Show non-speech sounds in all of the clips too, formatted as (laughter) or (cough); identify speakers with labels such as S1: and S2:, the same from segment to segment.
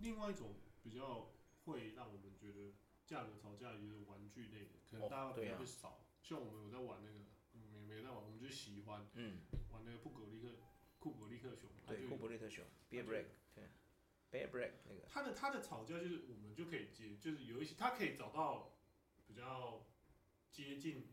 S1: 另外一种比较会让我们觉得价格吵架，就是玩具类的，可能大家
S2: 哦
S1: 比
S2: 对啊
S1: 较会少。像我们有在玩那个，嗯，也没在玩，我们就喜欢
S2: 嗯，啊
S1: 玩那个布格利克库格利克熊，它
S2: 对，
S1: 就
S2: 库布里特熊，Bear
S1: 就
S2: Break，对，Bear Break 那个，
S1: 他的他的吵架就是我们就可以接，就是有一些他可以找到比较接近，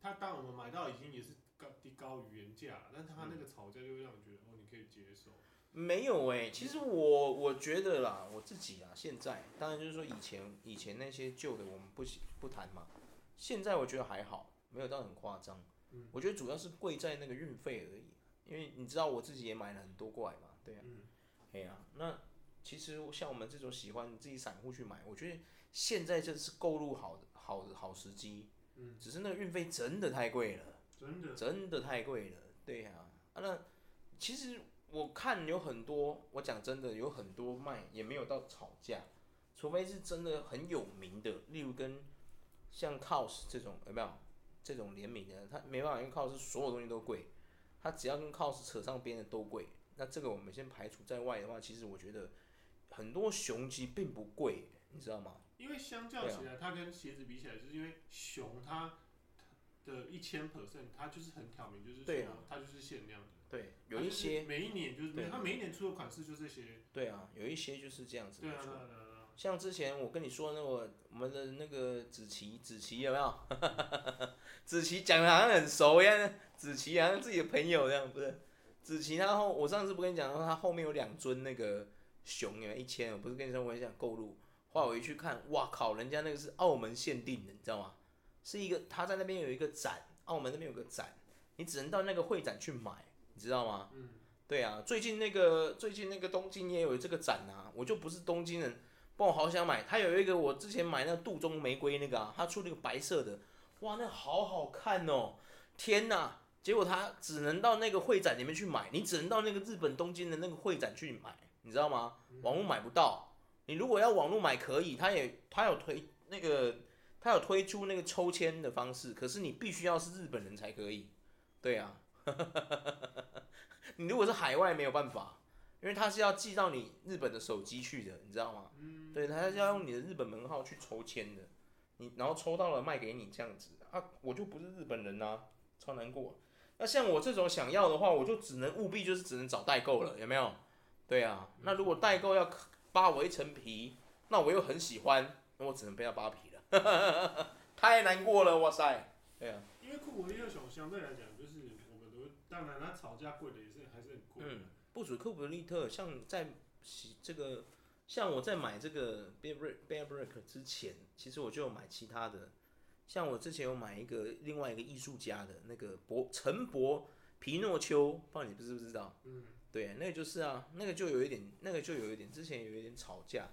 S1: 他当然我们买到已经也是高低高于原价了，但他
S2: 嗯
S1: 那个吵架就会让你觉得、哦，你可以接受。
S2: 没有哎、其实我我觉得啦，我自己啊，现在当然就是说以前以前那些旧的我们不喜不谈嘛，现在我觉得还好，没有到很夸张。
S1: 嗯
S2: 我觉得主要是贵在那个运费而已，因为你知道我自己也买了很多过来嘛，对啊，
S1: 嗯，
S2: 哎呀、那其实像我们这种喜欢自己散户去买，我觉得现在这是购入好的好的好时机，
S1: 嗯，
S2: 只是那个运费真的太贵了。
S1: 真的，
S2: 真的太贵了。对呀、啊，那其实我看有很多，我讲真的有很多卖也没有到吵架，除非是真的很有名的，例如跟像 COS 这种有没有这种联名的，它没办法，因为 COS 所有东西都贵，它只要跟 COS 扯上边的都贵。那这个我们先排除在外的话，其实我觉得很多雄鸡并不贵，你知道吗？
S1: 因为相较起来，
S2: 啊
S1: 它跟鞋子比起来，就是因为熊它的一千 percent，它就是很挑明，就是
S2: 对
S1: 说
S2: 啊
S1: 它就是限量的。
S2: 对，
S1: 它
S2: 有一
S1: 就是
S2: 些，
S1: 每一年就是
S2: 对
S1: 它每一年出的款式就这些。
S2: 对啊，有一些就是这样子，
S1: 对
S2: 没
S1: 啊，
S2: 错
S1: 对。啊，对啊对啊。
S2: 像之前我跟你说那个我们的那个子琪，子琪有没 (laughs) 有？子琪讲的好像很熟一样，子琪好像自己的朋友这样，不是？子琪他后，我上次不跟你讲，他后面有两尊那个熊，有没有一千，我不是跟你说我很想购入，后来我一去看，哇靠，人家那个是澳门限定的，你知道吗？是一个他在那边有一个展，澳门那边有个展，你只能到那个会展去买，你知道吗？
S1: 嗯，
S2: 对啊，最近那个最近那个东京也有这个展啊，我就不是东京人，不然我好想买。它有一个我之前买那个杜中玫瑰那个啊，它出那个白色的，哇，那好好看哦！天哪，结果它只能到那个会展里面去买，你只能到那个日本东京的那个会展去买，你知道吗？网络买不到。你如果要网络买可以，它也它有推那个它有推出那个抽签的方式，可是你必须要是日本人才可以。对啊， (laughs) 你如果是海外没有办法，因为它是要寄到你日本的手机去的，你知道吗？对，它是要用你的日本门号去抽签的，你然后抽到了卖给你这样子啊，我就不是日本人呐、超难过。那像我这种想要的话，我就只能务必就是只能找代购了，有没有？对啊，那如果代购要扒我一层皮，那我又很喜欢，那我只能被他扒皮了， (laughs) 太难过了，哇塞！对啊，
S1: 因为库珀利克熊相对来讲，就是我们都当然它吵架贵的也是还是很贵的。
S2: 嗯不止库布利特，像在洗这个，像我在买这个 Bear Break Bear Break 之前，其实我就有买其他的，像我之前有买一个另外一个艺术家的那个博陈博皮诺丘，不知道你知不知道？
S1: 嗯，
S2: 对，那个就是啊，那个就有一点，那个就有一点，之前有一点吵架，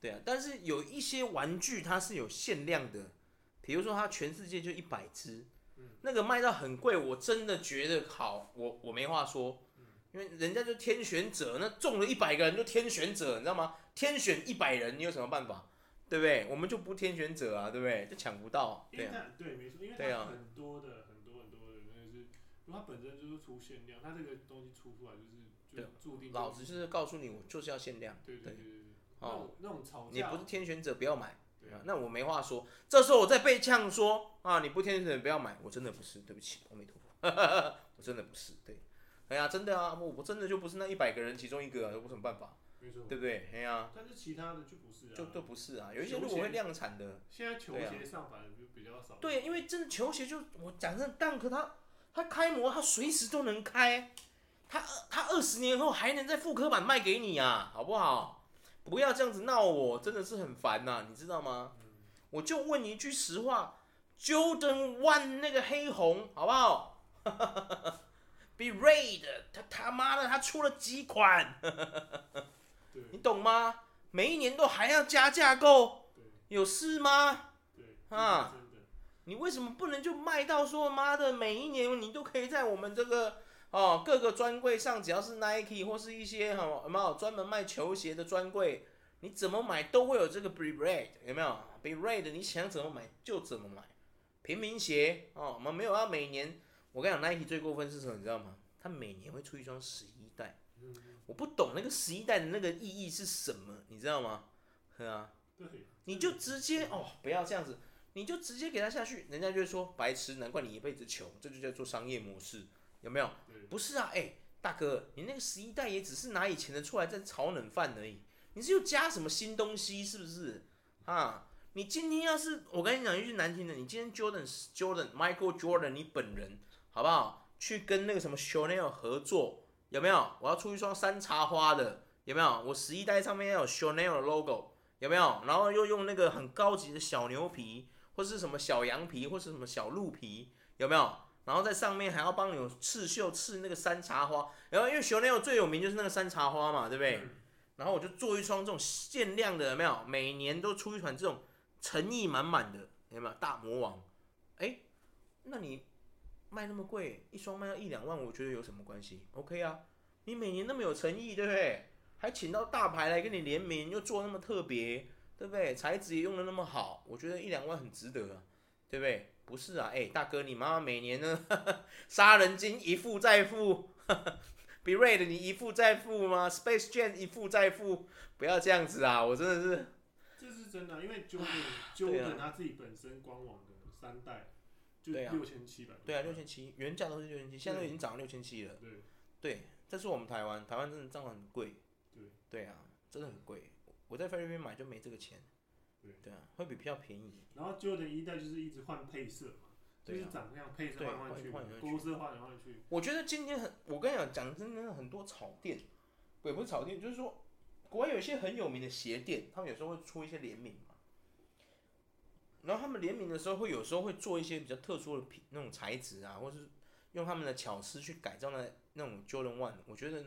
S2: 对啊，但是有一些玩具它是有限量的，比如说它全世界就一百只，
S1: 嗯
S2: 那个卖到很贵，我真的觉得好，我我没话说，
S1: 嗯
S2: 因为人家就天选者，那中了一百个人就天选者，你知道吗？天选一百人，你有什么办法？对不对？我们就不天选者啊，对不对？就抢不到，
S1: 因
S2: 对
S1: 为
S2: 啊，
S1: 它对没错，因为
S2: 对啊
S1: 它很多的很多很多的那个是，因为它本身就是出限量，它这个东西出出来就是
S2: 对啊
S1: 就注定
S2: 老
S1: 就
S2: 子
S1: 是
S2: 就是告诉你，我就是要限量，
S1: 对对对对对，那
S2: 哦
S1: 种那种吵
S2: 你
S1: 架
S2: 不是天选者不要买。
S1: 对
S2: 啊
S1: 啊，
S2: 那我没话说。这时候我在被呛说啊，你不天选不要买，我真的不是，对不起，阿弥陀佛， (laughs) 我真的不是，对，哎呀，真的啊，我我真的就不是那一百个人其中一个、啊，有什么办法，
S1: 没错。
S2: 对不对？哎呀，
S1: 但是其他的就不是啊，
S2: 就都不是啊，有一些
S1: 球
S2: 如果会
S1: 鞋
S2: 量产的，
S1: 现在球
S2: 对啊
S1: 鞋上反而就比较少。
S2: 对，因为真的球鞋就我讲真的，Dunk 它它开模它随时都能开，它它二十年后还能在复刻版卖给你啊，好不好？不要这样子闹我，真的是很烦呐、你知道吗？我就问你一句实话，Jordan One 那个黑红好不好？Be Red，他他妈的他出了几款，
S1: 对
S2: 你懂吗？每一年都还要加价购，
S1: 对
S2: 有事吗？
S1: 对，
S2: 啊
S1: 这是真的。
S2: 你为什么不能就卖到说妈的每一年你都可以在我们这个哦各个专柜上，只要是 Nike 或是一些哈、有没有专门卖球鞋的专柜，你怎么买都会有这个 Be Red 有没有？Be Red 你想怎么买就怎么买，平民鞋哦，我们没有要每年。我跟你讲，Nike 最过分是什么，你知道吗？他每年会出一双十一代，
S1: 嗯嗯，
S2: 我不懂那个十一代的那个意义是什么，你知道吗？对啊，
S1: 对，
S2: 你就直接哦，不要这样子，你就直接给他下去，人家就会说白痴，难怪你一辈子穷，这就叫做商业模式，有没有？
S1: 对，
S2: 不是啊，哎、大哥，你那个十一代也只是拿以前的出来再炒冷饭而已，你是又加什么新东西是不是？啊，你今天要是我跟你讲一句难听的，你今天 Jordan Jordan Michael Jordan 你本人好不好？去跟那个什么 Chanel 合作，有没有？我要出一双山茶花的，有没有？我十一代上面要有 Chanel 的 logo，有没有？然后又用那个很高级的小牛皮，或是什么小羊皮，或是什么小鹿皮，有没有？然后在上面还要帮你有刺绣刺那个山茶花，然后因为 Chanel 最有名就是那个山茶花嘛，对不对？
S1: 嗯
S2: 然后我就做一双这种限量的，有没有？每年都出一款这种诚意满满的，有没有？大魔王，哎，那你卖那么贵，一双卖到一两万，我觉得有什么关系？OK 啊，你每年那么有诚意，对不对？还请到大牌来跟你联名，又做那么特别，对不对？材质也用的那么好，我觉得一两万很值得啊，对不对？不是啊，哎，大哥，你妈妈每年呢， (laughs) 杀人鲸一付再付。b r a d 你一付再付吗？Space Jam 一付再付，不要这样子啊！我真的是
S1: 这是真的啊，因为 Jordan
S2: 对
S1: Jordan
S2: 啊
S1: 他自己本身官网的三代就
S2: 对啊
S1: 六千七百，
S2: 对啊，六千七，原价都是六千七，现在都已经涨到六千七了。
S1: 对，
S2: 对，这是我们台湾，台湾真的账很贵。
S1: 对，
S2: 对啊，真的很贵。我在菲律宾买就没这个钱。
S1: 对
S2: 对啊，会比票便宜。
S1: 然后 Jordan 一代就是一直换配色嘛，就
S2: 对
S1: 是
S2: 啊，
S1: 长相配色
S2: 对
S1: 换来换去嘛
S2: 换来，换去
S1: 勾色换来换去，
S2: 我觉得今天很，我跟你讲，讲真的，很多草店，也不是草店，就是说，国外有一些很有名的鞋店，他们有时候会出一些联名嘛。然后他们联名的时候，会有时候会做一些比较特殊的品那种材质啊，或是用他们的巧思去改造那那种 Jordan One。我觉得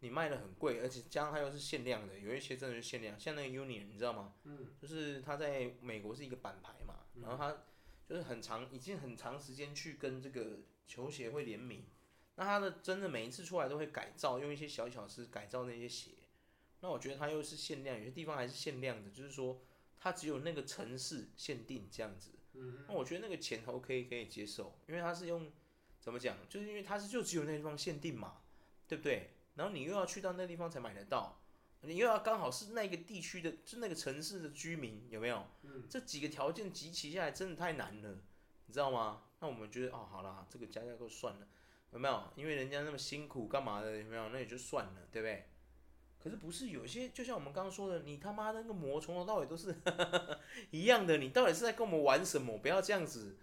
S2: 你卖的很贵，而且加上它又是限量的，有一些真的是限量，像那个 Union，你知道吗？
S1: 嗯，
S2: 就是他在美国是一个板牌嘛，然后他就是很长，已经很长时间去跟这个球鞋会联名。那他的真的每一次出来都会改造，用一些小巧思改造那些鞋。那我觉得它又是限量，有些地方还是限量的，就是说它只有那个城市限定这样子。
S1: 嗯
S2: 那我觉得那个钱 OK 可以接受，因为它是用怎么讲，就是因为它是就只有那地方限定嘛，对不对？然后你又要去到那地方才买得到，你又要刚好是那个地区的，就那个城市的居民，有没有？
S1: 嗯，
S2: 这几个条件集齐下来真的太难了，你知道吗？那我们觉得哦，好啦，这个加价购算了，有没有？因为人家那么辛苦干嘛的，有没有？那也就算了，对不对？可是不是有些，就像我们刚刚说的，你他妈那个膜从头到尾都是一样的，你到底是在跟我们玩什么？不要这样子。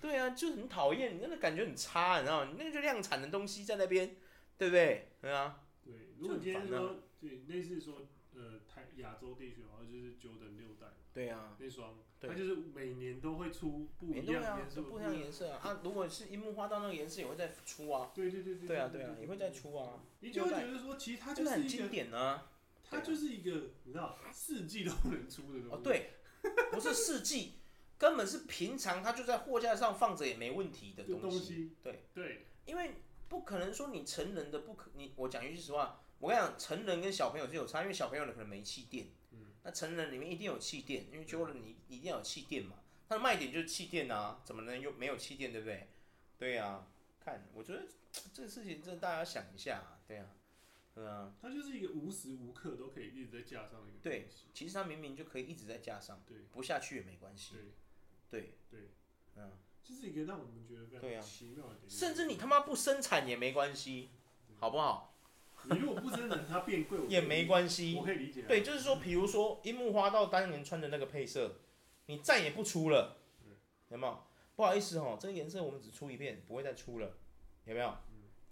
S2: 对啊，就很讨厌，你那个感觉很差，你知道吗？你那个就量产的东西在那边，对不对？对啊，
S1: 对。
S2: 就
S1: 如果
S2: 很
S1: 今天
S2: 烦啊
S1: 说对类似说呃台亚洲地区的话，就是 Jordan 六代
S2: 对啊，
S1: 那双，它
S2: 对
S1: 就是每年都会出不
S2: 每
S1: 一
S2: 对
S1: 样
S2: 啊
S1: 颜，色，
S2: 都不一样颜色啊。啊，如果是樱木花道那个颜色也会再出啊。
S1: 对对对对
S2: 对啊，对啊，也会再
S1: 在，
S2: 出啊。
S1: 你就会觉得说，其实它就
S2: 真的
S1: 是
S2: 哎很
S1: 一
S2: 经
S1: 个，
S2: 典啊！
S1: 它就是一个，你知道，四季都能出的东西。
S2: 哦，，对，不是四季， (laughs) 根本是平常它就在货架上放着也没问题的
S1: 这东
S2: 东西。
S1: 西，
S2: 对
S1: 对，
S2: 因为不可能说你成人的不可，你我讲一句实话，我跟你讲，成人跟小朋友是有差，因为小朋友的可能没气垫，
S1: 嗯，
S2: 那成人里面一定有气垫，因为 Jordan 你你一定要有气垫嘛，它的卖点就是气垫啊，怎么能又没有气垫，对不对？对啊，看，我觉得这个事情真的大家想一下、啊，对啊，对啊。
S1: 它就是一个无时无刻都可以一直在架上的一个
S2: 对
S1: 东西。
S2: 其实他明明就可以一直在架上，
S1: 对
S2: 不下去也没关系。
S1: 对，
S2: 对
S1: 对，
S2: 嗯，
S1: 就是一个让我们觉得非
S2: 对啊
S1: 常奇妙的点。
S2: 甚至你他妈不生产也没关系，好不好？
S1: 你如果不生产，它变贵，我可以
S2: 也没关系
S1: 我。可以理解啊。
S2: 对，就是说，比如说樱木花道当年穿的那个配色，你再也不出了，有没有？不好意思哦，这个颜色我们只出一遍，不会再出了，有没有？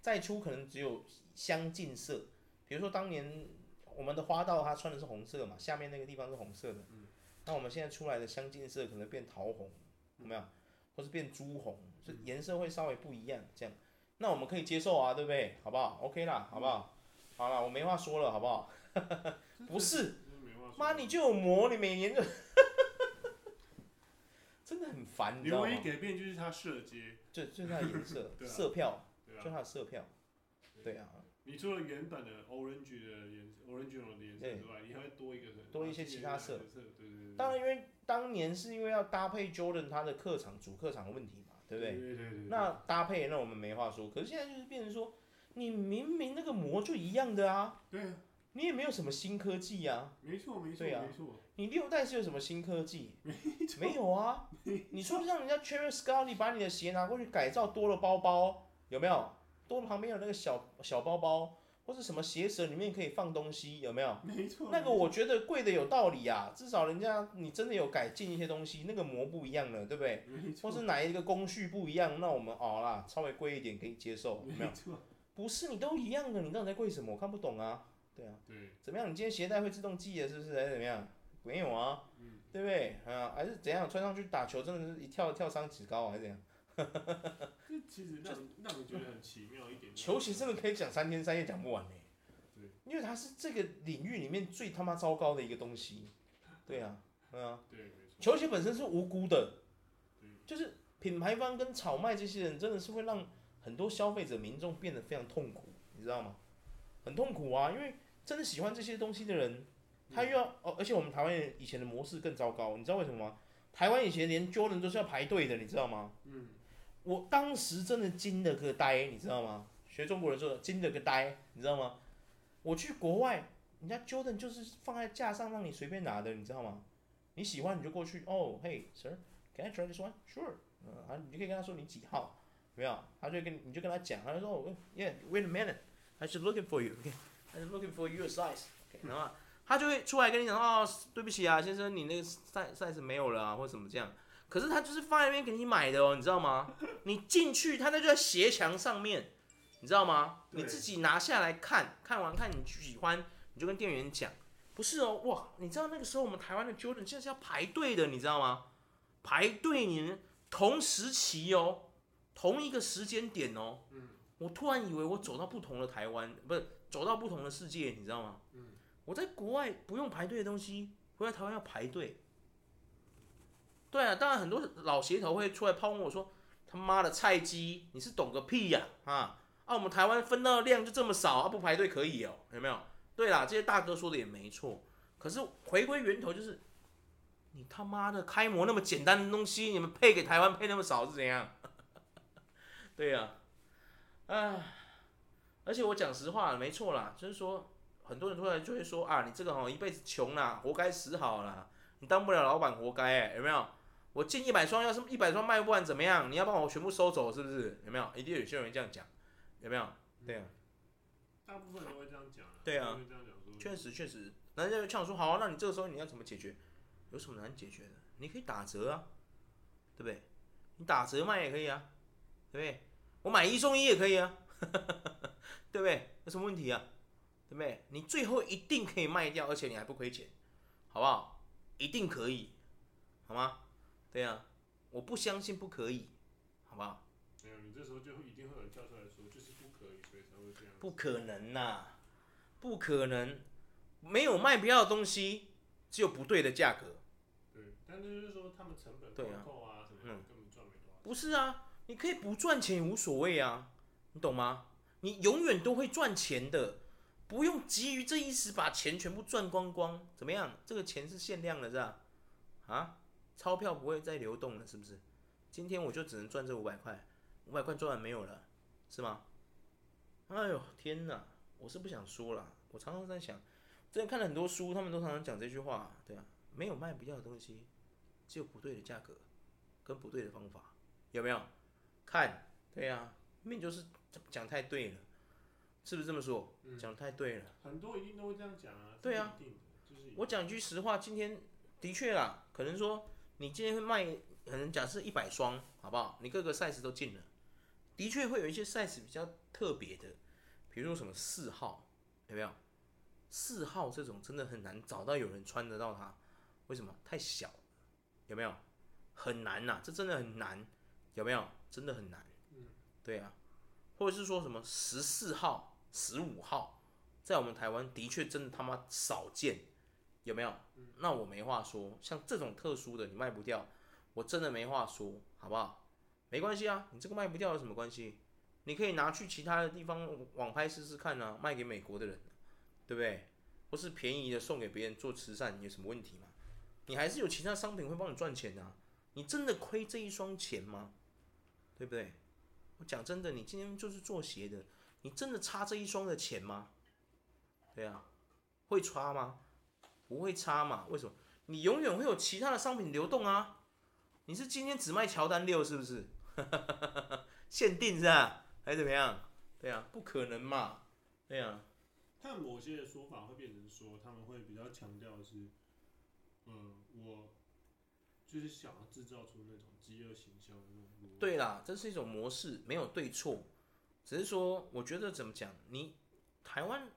S2: 再出可能只有相近色，比如说当年我们的花道他穿的是红色嘛，下面那个地方是红色的，
S1: 嗯
S2: 那我们现在出来的相近色可能变桃红，有没有？或是变朱红，就颜色会稍微不一样，这样，那我们可以接受啊，对不对？好不好？OK 啦，好不好？好啦，我没话说了，好不好？
S1: 这，
S2: 不是，
S1: 这没办法说
S2: 妈，你就有膜，你每年就， (laughs) 真的很烦，你知
S1: 你
S2: 道
S1: 唯
S2: 吗
S1: 一？改变就是它设计，、
S2: 就就是它的颜色
S1: (laughs) 对啊
S2: 色票，
S1: 对
S2: 就
S1: 吧？
S2: 它的色票，对啊，
S1: 你除了原本的 orange 的颜 orange 的颜色之外，你还会多一个啊
S2: 多一些其他色
S1: 色，对对对。
S2: 当然因为当年是因为要搭配 Jordan 他的客场主客场的问题嘛，对不对？
S1: 对对对对。
S2: 那搭配那我们没话说，可是现在就是变成说，你明明那个膜就一样的啊，
S1: 对啊，
S2: 你也没有什么新科技啊，
S1: 没错没错
S2: 对啊
S1: 没错，
S2: 你六代是有什么新科技？没有啊，你说不像人家 Cherry Scully 把你的鞋拿过去改造多了包包，有没有？多了旁边有那个小小包包，或是什么鞋舌里面可以放东西，有没有？
S1: 没错。
S2: 那个我觉得贵的有道理啊，至少人家你真的有改进一些东西，那个膜不一样了，对不对？
S1: 没错，
S2: 或是哪一个工序不一样，那我们哦啦，稍微贵一点可以接受，
S1: (laughs)
S2: 有没有
S1: 没？错，
S2: 不是你都一样的，你到底在贵什么？我看不懂啊。对啊，
S1: 对，
S2: 怎么样？你今天鞋带会自动系的，是不是？还是怎么样？没有啊，
S1: 嗯，
S2: 对不对？啊，还是怎样？穿上去打球真的是一跳跳伤指高啊，还是怎样？
S1: 这其实让让人觉得很奇妙一点。
S2: 球鞋真的可以讲三天三夜讲不完呢、
S1: 对，
S2: 因为它是这个领域里面最他妈糟糕的一个东西。对啊，嗯啊，
S1: 对，没错，
S2: 球鞋本身是无辜的
S1: 对，
S2: 就是品牌方跟炒卖这些人真的是会让很多消费者民众变得非常痛苦，你知道吗？很痛苦啊，因为真的喜欢这些东西的人，他又要哦，而且我们台湾人以前的模式更糟糕，你知道为什么吗？台湾以前连 Jordan 都是要排队的，你知道吗？
S1: 嗯，
S2: 我当时真的惊了个呆，你知道吗？学中国人说的惊了个呆，你知道吗？我去国外，人家 Jordan 就是放在架上让你随便拿的，你知道吗？你喜欢你就过去，哦，嘿，sir，can I try this one? Sure，嗯，然后你就可以跟他说你几号，有没有？他就跟你就跟他讲，他就说哦，yeah，wait a minute，I should looking for you，OK，I、m looking for your size，OK，、然后他就会出来跟你讲哦，对不起啊，先生，你那个 size size 没有了啊，或者怎么这样。可是他就是放在那边给你买的哦，你知道吗？你进去，他那就在斜墙上面，你知道吗？
S1: 对
S2: 你自己拿下来看看完，看你喜欢，你就跟店员讲。不是哦，哇，你知道那个时候我们台湾的 Jordan 现在是要排队的，你知道吗？排队，你同时期哦，同一个时间点哦，
S1: 嗯，
S2: 我突然以为我走到不同的台湾，不是走到不同的世界，你知道吗？
S1: 嗯，
S2: 我在国外不用排队的东西，回来台湾要排队。对啊，当然很多老鞋头会出来抛问我说：“他妈的菜鸡，你是懂个屁呀、啊！”啊，我们台湾分到的量就这么少，啊不排队可以哦，有没有？对啦，这些大哥说的也没错，可是回归源头就是，你他妈的开模那么简单的东西，你们配给台湾配那么少是怎样？ (laughs) 对呀、啊，而且我讲实话，没错啦，就是说很多人突然就会说啊，你这个哦一辈子穷啦，活该死好啦，你当不了老板活该哎、有没有？我进一百双，要是一百双卖不完怎么样？你要帮我全部收走是不是？有没有？一定有些人这样讲，有没有？对啊，
S1: 大部分都会这样讲。
S2: 对啊
S1: 都会这样讲说，
S2: 确实确实，人家就呛说，好、啊，那你这个时候你要怎么解决？有什么难解决的？你可以打折啊，对不对？你打折卖也可以啊，对不对？我买一送一也可以啊， (laughs) 对不对？有什么问题啊？对不对？你最后一定可以卖掉，而且你还不亏钱，好不好？一定可以，好吗？对啊，我不相信不可以，好不好？
S1: 没有，你这时候就会一定会有人跳出来说，就是不可以，所以才会这样。
S2: 不可能呐、不可能，没有卖不掉的东西，只有不对的价格。
S1: 对，但是就是说他们成本
S2: 对
S1: 管
S2: 啊
S1: 控啊什么的，
S2: 嗯
S1: 根本赚没多少。
S2: 不是啊，你可以不赚钱也无所谓啊，你懂吗？你永远都会赚钱的，不用急于这一时把钱全部赚光光。怎么样？这个钱是限量的，是吧？啊，钞票不会再流动了，是不是？今天我就只能赚这五百块，五百块赚完没有了，是吗？哎呦天哪，我是不想说了。我常常在想，最近看了很多书，他们都常常讲这句话，对啊，没有卖不掉的东西，只有不对的价格跟不对的方法。有没有？看，对呀、啊，命就是讲太对了，是不是这么说？讲太对了。
S1: 很多一定都会这样讲啊。
S2: 对啊
S1: 这是一定的，就是一定
S2: 我讲句实话，今天的确啦，可能说你今天会卖，可能假设一百双，好不好？你各个 size 都进了，的确会有一些 size 比较特别的，比如说什么四号，有没有？四号这种真的很难找到有人穿得到它，为什么？太小了，有没有？很难呐、这真的很难，有没有？真的很难。
S1: 嗯，
S2: 对啊，或者是说什么十四号、十五号，在我们台湾的确真的他妈少见。有没有？那我没话说。像这种特殊的你卖不掉，我真的没话说，好不好？没关系啊，你这个卖不掉有什么关系？你可以拿去其他的地方网拍试试看啊，卖给美国的人，对不对？或是便宜的送给别人做慈善，有什么问题吗？你还是有其他商品会帮你赚钱的啊、你真的亏这一双钱吗？对不对？我讲真的，你今天就是做鞋的，你真的差这一双的钱吗？对啊，会差吗？不会差嘛？为什么？你永远会有其他的商品流动啊！你是今天只卖乔丹六是不是？ (laughs) 限定是吧？还是怎么样？对啊，不可能嘛！对啊，
S1: 但某些的说法会变成说，他们会比较强调的是，呃，我就是想要制造出那种饥饿行销的那种逻辑
S2: 对啦，这是一种模式，没有对错，只是说我觉得怎么讲，你台湾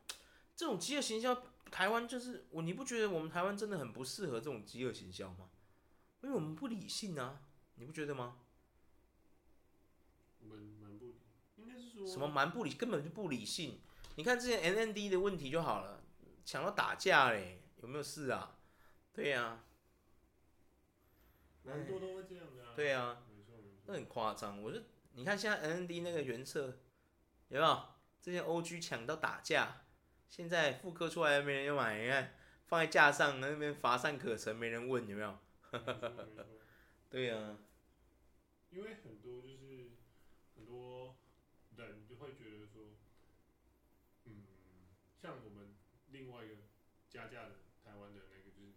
S2: 这种饥饿行销，台湾就是我，你不觉得我们台湾真的很不适合这种饥饿行销吗？因为我们不理性啊，你不觉得吗？
S1: 我们蛮不，应该是说
S2: 什么蛮不理，根本就不理性。你看之前 N N D 的问题就好了，抢到打架嘞，有没有事啊？对呀、
S1: 蛮多都会这样的啊。
S2: 对呀、
S1: 没错没错。
S2: 那很夸张。我就你看现在 N N D 那个原色有没有？之前 O G 抢到打架，现在复刻出来没人要买，你看放在架上那边乏善可陈，没人问有没有？
S1: 没错没错
S2: 对呀、
S1: 因为很多就是很多人就会觉得说，嗯，像我们另外一个加价的台湾的那个就是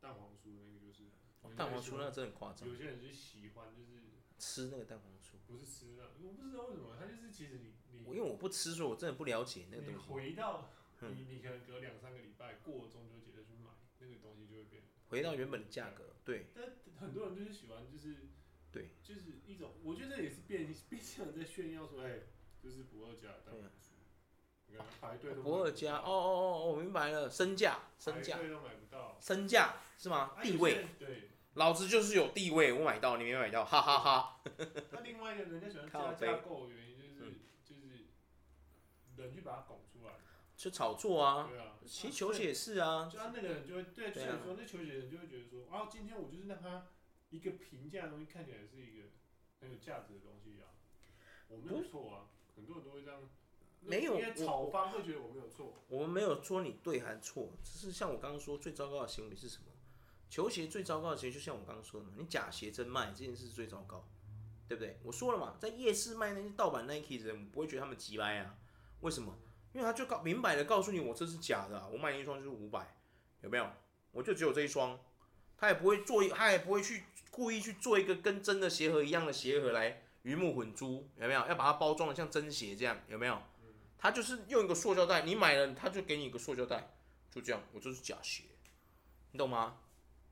S1: 蛋黄酥，那个就是
S2: 哦蛋黄酥那真的很夸张
S1: 有，些人就是喜欢，就是
S2: 吃那个蛋黄酥，
S1: 不是吃那，我不知道为什么，他就是其实你你
S2: 我因为我不吃，所以我真的不了解那个
S1: 你
S2: 东西。嗯
S1: 回到你你可能隔两三个礼拜过中秋节再去买那个东西就会变。
S2: 回到原本的价格，对，
S1: 但很多人就是喜欢，就是
S2: 对，
S1: 就是一种，我觉得这也是变变相在炫耀说，哎、就是不二家的蛋
S2: 对
S1: 黄
S2: 啊
S1: 酥，你看排队都
S2: 不二家，哦哦哦，我明白了，身价，身价
S1: 排，队都买不到，
S2: 身价是吗？
S1: 啊
S2: 地，
S1: 有些
S2: 位，
S1: 人对。
S2: 老子就是有地位，我买到，你没买到，哈哈哈。
S1: 那另外一个人家喜欢
S2: 靠
S1: 加
S2: 背嗯
S1: 价购的原因就是、就是人去把它拱出来，
S2: 就炒作啊，
S1: 对啊，
S2: 其实
S1: 啊
S2: 球
S1: 所以
S2: 鞋也是啊，
S1: 就他那个人就会对，就
S2: 对
S1: 是
S2: 啊
S1: 说那球鞋人就会觉得说，啊，今天我就是让他一个平价的东西看起来是一个很有价值的东西啊，我没有错啊，很多人都会这样，
S2: 没有
S1: 因为
S2: 我
S1: 炒方会觉得我没有错，
S2: 我们没有说你对还错，只是像我刚刚说最糟糕的行为是什么？球鞋最糟糕的行为，就像我刚刚说的嘛，你假鞋真卖这件事最糟糕，对不对？我说了嘛，在夜市卖那些盗版 Nike 的人，我不会觉得他们急掰啊。为什么？因为他就告明摆的告诉你，我这是假的啊、我买你一双就是五百，有没有？我就只有这一双，他也不会做一，他也不会去故意去做一个跟真的鞋盒一样的鞋盒来鱼目混珠，有没有？要把它包装的像真鞋这样，有没有？他就是用一个塑胶袋，你买了他就给你一个塑胶袋，就这样，我就是假鞋，你懂吗？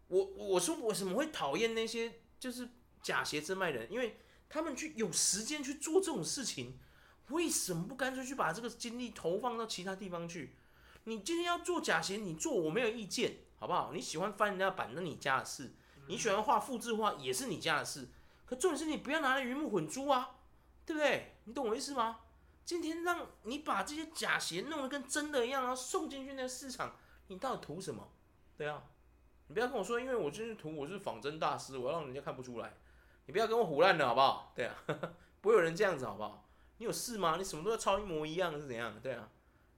S2: 我我我说为什么会讨厌那些就是假鞋真卖人，因为他们去有时间去做这种事情，为什么不干脆去把这个精力投放到其他地方去？你今天要做假鞋，你做我没有意见，好不好？你喜欢翻人家版，那你家的事；你喜欢画复制画，也是你家的事。可重点是你不要拿来鱼目混珠啊，对不对？你懂我意思吗？今天让你把这些假鞋弄得跟真的一样，然后送进去那个市场，你到底图什么？对啊，你不要跟我说，因为我就是图我是仿真大师，我要让人家看不出来。你不要跟我胡乱的好不好？对啊， (laughs) 不会有人这样子好不好？你有事吗？你什么都要抄一模一样是怎样？对啊，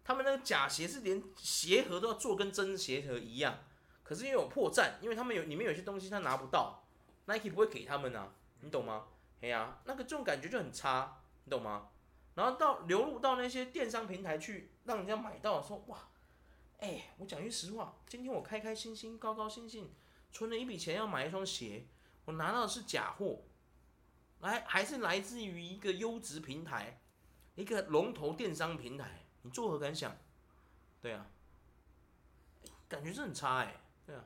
S2: 他们那个假鞋是连鞋盒都要做跟真鞋盒一样，可是又有破绽，因为他们有里面有些东西他拿不到，Nike 不会给他们啊，你懂吗？哎呀、那个这种感觉就很差，你懂吗？然后到流入到那些电商平台去，让人家买到说哇，哎、我讲句实话，今天我开开心心、高高兴兴，存了一笔钱要买一双鞋，我拿到的是假货，来还是来自于一个优质平台，一个龙头电商平台，你作何感想？对啊，感觉是很差哎、对啊，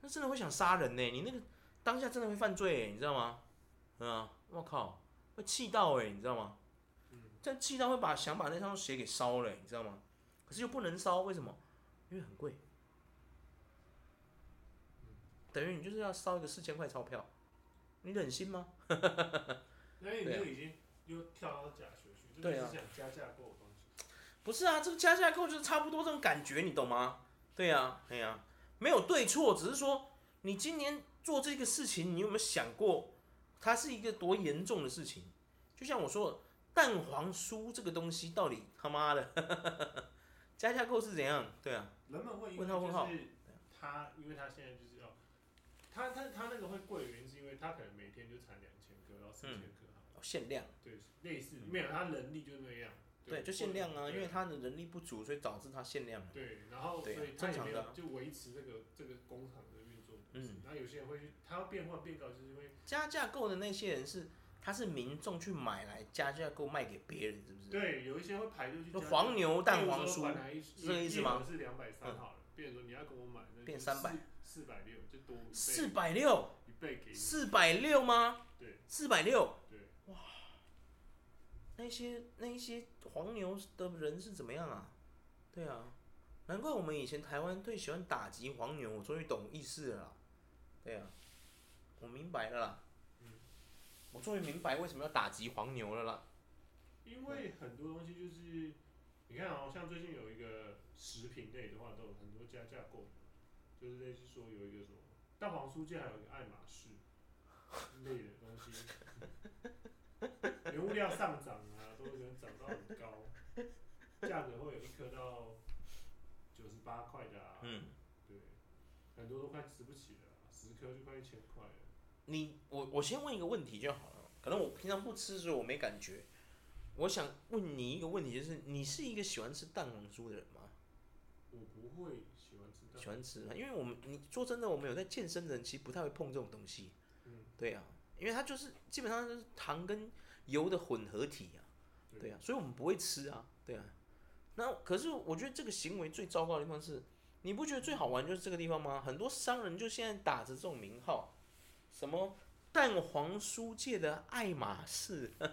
S2: 那真的会想杀人呢、你那个当下真的会犯罪、欸，你知道吗？嗯啊，我靠，会气到哎、你知道吗？
S1: 嗯
S2: 但气到会把想把那双鞋给烧了、你知道吗？可是又不能烧，为什么？因为很贵，等于你就是要烧一个四千块钞票，你忍心吗？
S1: 那你
S2: 对啊
S1: 就已经又跳到假学去，这
S2: 对
S1: 就
S2: 啊
S1: 是想加价购的东西，
S2: 不是啊，这个加架构就是差不多这种感觉，你懂吗？对呀、啊，哎呀、没有对错，只是说你今年做这个事情，你有没有想过，它是一个多严重的事情？就像我说的，蛋黄酥这个东西到底他妈的 (laughs) 加架构是怎样？对啊，
S1: 人们会因为
S2: 问号问
S1: 就
S2: 号
S1: 是他，因为他现在就是要。他他他那个会贵的原因是因为他可能每
S2: 嗯
S1: 天就产两千颗到四千颗，
S2: 哦限量
S1: 对，类似没有他能力就那样，
S2: 对，就限量啊，因为它的人力不足，所以导致它限量。
S1: 对，然后所
S2: 对啊
S1: 以他也
S2: 正常
S1: 没
S2: 的
S1: 有
S2: 啊
S1: 就维持这个这个工厂的运作模式。
S2: 嗯
S1: 然后有些人会去，他要变换变高，就是因为
S2: 加价购的那些人是，他是民众去买来加价购卖给别人，是不是？
S1: 对有一些会排队去
S2: 就
S1: 加
S2: 黄牛蛋
S1: 比如
S2: 黄
S1: 说
S2: 酥
S1: 本来一
S2: 是这个意思吗？
S1: 是两百三
S2: 嗯
S1: 好了，变成说你要跟我买，那就
S2: 变
S1: 是
S2: 300
S1: 四百六就多一倍
S2: 四百六，
S1: 一倍给你。
S2: 四百六吗？
S1: 对
S2: 四百六，
S1: 对，
S2: 那些那些黄牛的人是怎么样啊？对啊，难怪我们以前台湾最喜欢打击黄牛，我终于懂意思了啦。对啊，我明白了啦，
S1: 嗯
S2: 我终于明白为什么要打击黄牛了啦。
S1: 因为很多东西就是你看哦，像最近有一个食品类的话，都有很多加价购，就是类似说有一个什么蛋黄酥界还有一个爱马仕类的东西，原物料上涨啊，都可能涨到很高，价格会有一颗到九十八块的啊，
S2: 嗯，
S1: 对，很多都快吃不起了啊、十颗就快一千块了。
S2: 你我我先问一个问题就好了，可能我平常不吃，所以我没感觉。我想问你一个问题，就是你是一个喜欢吃蛋黄酥的人吗？
S1: 我不会喜欢吃蛋
S2: 喜欢吃吗，因为我们你说真的，我们有在健身的人其实不太会碰这种东西。
S1: 嗯，
S2: 对啊，因为它就是基本上就是糖跟油的混合体啊，
S1: 对
S2: 对啊，所以我们不会吃啊，对啊。那可是我觉得这个行为最糟糕的地方是，你不觉得最好玩就是这个地方吗？很多商人就现在打着这种名号，什么蛋黄酥界的爱马仕， (laughs)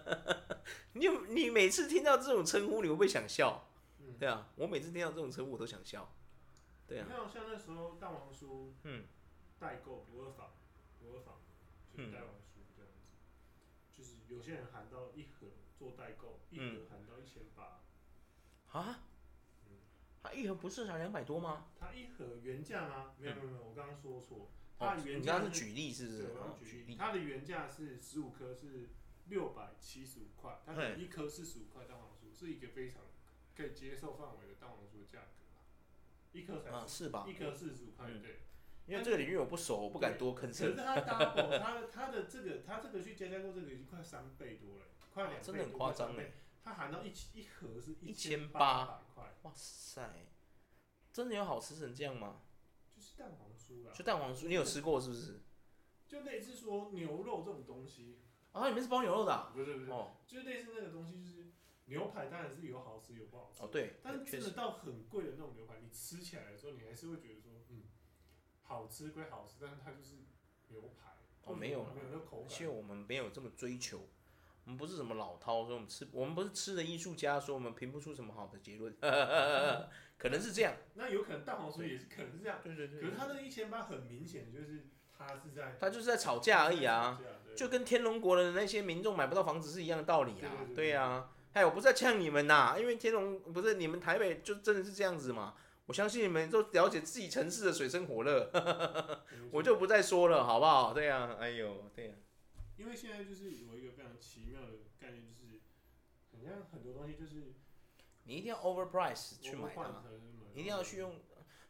S2: 你有你每次听到这种称呼，你会不会想笑？
S1: 嗯
S2: 对啊，我每次听到这种称呼我都想笑。对啊
S1: 你，看，哦像那时候蛋黄酥，
S2: 嗯，
S1: 代购不二坊，不二坊就是蛋黄酥这样子，就是有些人喊到一盒做代购，一
S2: 嗯
S1: 盒喊到一千八，
S2: 啊
S1: 嗯，
S2: 它一盒不是才两百多吗？
S1: 它一盒原价吗？没有没有没有，我刚刚说错，它
S2: 嗯哦，
S1: 的
S2: 你
S1: 原
S2: 刚
S1: 价
S2: 刚是举例是不是
S1: 对，？我
S2: 哦
S1: 刚
S2: 举
S1: 举
S2: 例
S1: 例，。它的原价是十五颗是六百七十五块，它
S2: 嘿
S1: 是一颗四十五块蛋黄酥，是一个非常可以接受范围的蛋黄酥的价格啦一颗才
S2: 啊，是吧
S1: 一？颗四十五块，
S2: 嗯
S1: 对。
S2: 因为这个领域我不熟，我不敢多吭
S1: 可是
S2: 声。
S1: 它 double，它的它的这个它这个去加价购这个已经快三倍多了，快两倍多、
S2: 真的很夸张
S1: 快三
S2: 哎
S1: 倍！它含到一起一盒是
S2: 1800
S1: 八百块，
S2: 哇塞，真的有好吃成这样吗？
S1: 就是蛋黄酥啦
S2: 就。蛋黄酥，你有吃过是不是？
S1: 就类似说牛肉这种东西，
S2: 啊，它里面是包牛肉的啊、
S1: 不是不是，
S2: 哦
S1: 就是类似那个东西，就是牛排当然是有好吃有不好吃，
S2: 哦，对，
S1: 但是
S2: 确
S1: 真的
S2: 实，
S1: 到很贵的那种牛排，你吃起来的时候，你还是会觉得说，嗯，好吃归好吃，但是它就是牛排，
S2: 哦没有啦
S1: 没有那口感，
S2: 而且我们没有这么追求，我们不是什么老饕，所以我们吃，我们不是吃的艺术家，所以我们评不出什么好的结论， (laughs) 可能是这样。
S1: 那有可能蛋黄酥也是可能是这样。
S2: 对对
S1: 可是他那一千八很明显就是他是在
S2: 他就是在吵架而已啊。
S1: 吵架，对
S2: 就跟天龙国的那些民众买不到房子是一样的道理啊
S1: 对对对。对
S2: 对啊，哎，我不是在呛你们呐、因为天龙不是你们台北就真的是这样子嘛。我相信你们都了解自己城市的水深
S1: (laughs)
S2: 火热，我就不再说了，好不好？对啊，哎呦，对啊，
S1: 因为现在就是有一个非常奇妙的概念，就是很像很多东西就是
S2: 你一定要 overprice 去
S1: 我
S2: 买它
S1: 换
S2: 嘛，
S1: 成什么
S2: 一定要去用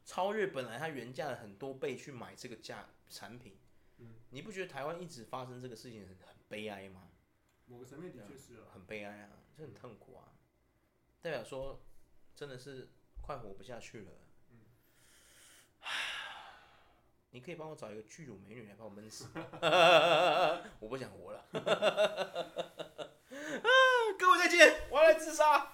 S2: 超越本来它原价的很多倍去买这个价产品
S1: 嗯。
S2: 你不觉得台湾一直发生这个事情很很悲哀吗？
S1: 某个层面的确是啊，
S2: 很悲哀啊，这很痛苦啊，代表说真的是快活不下去了。
S1: 嗯
S2: 唉你可以帮我找一个巨乳美女来把我闷死 (laughs) 吗， (laughs) 我不想活了。啊，各位再见，我要来自杀。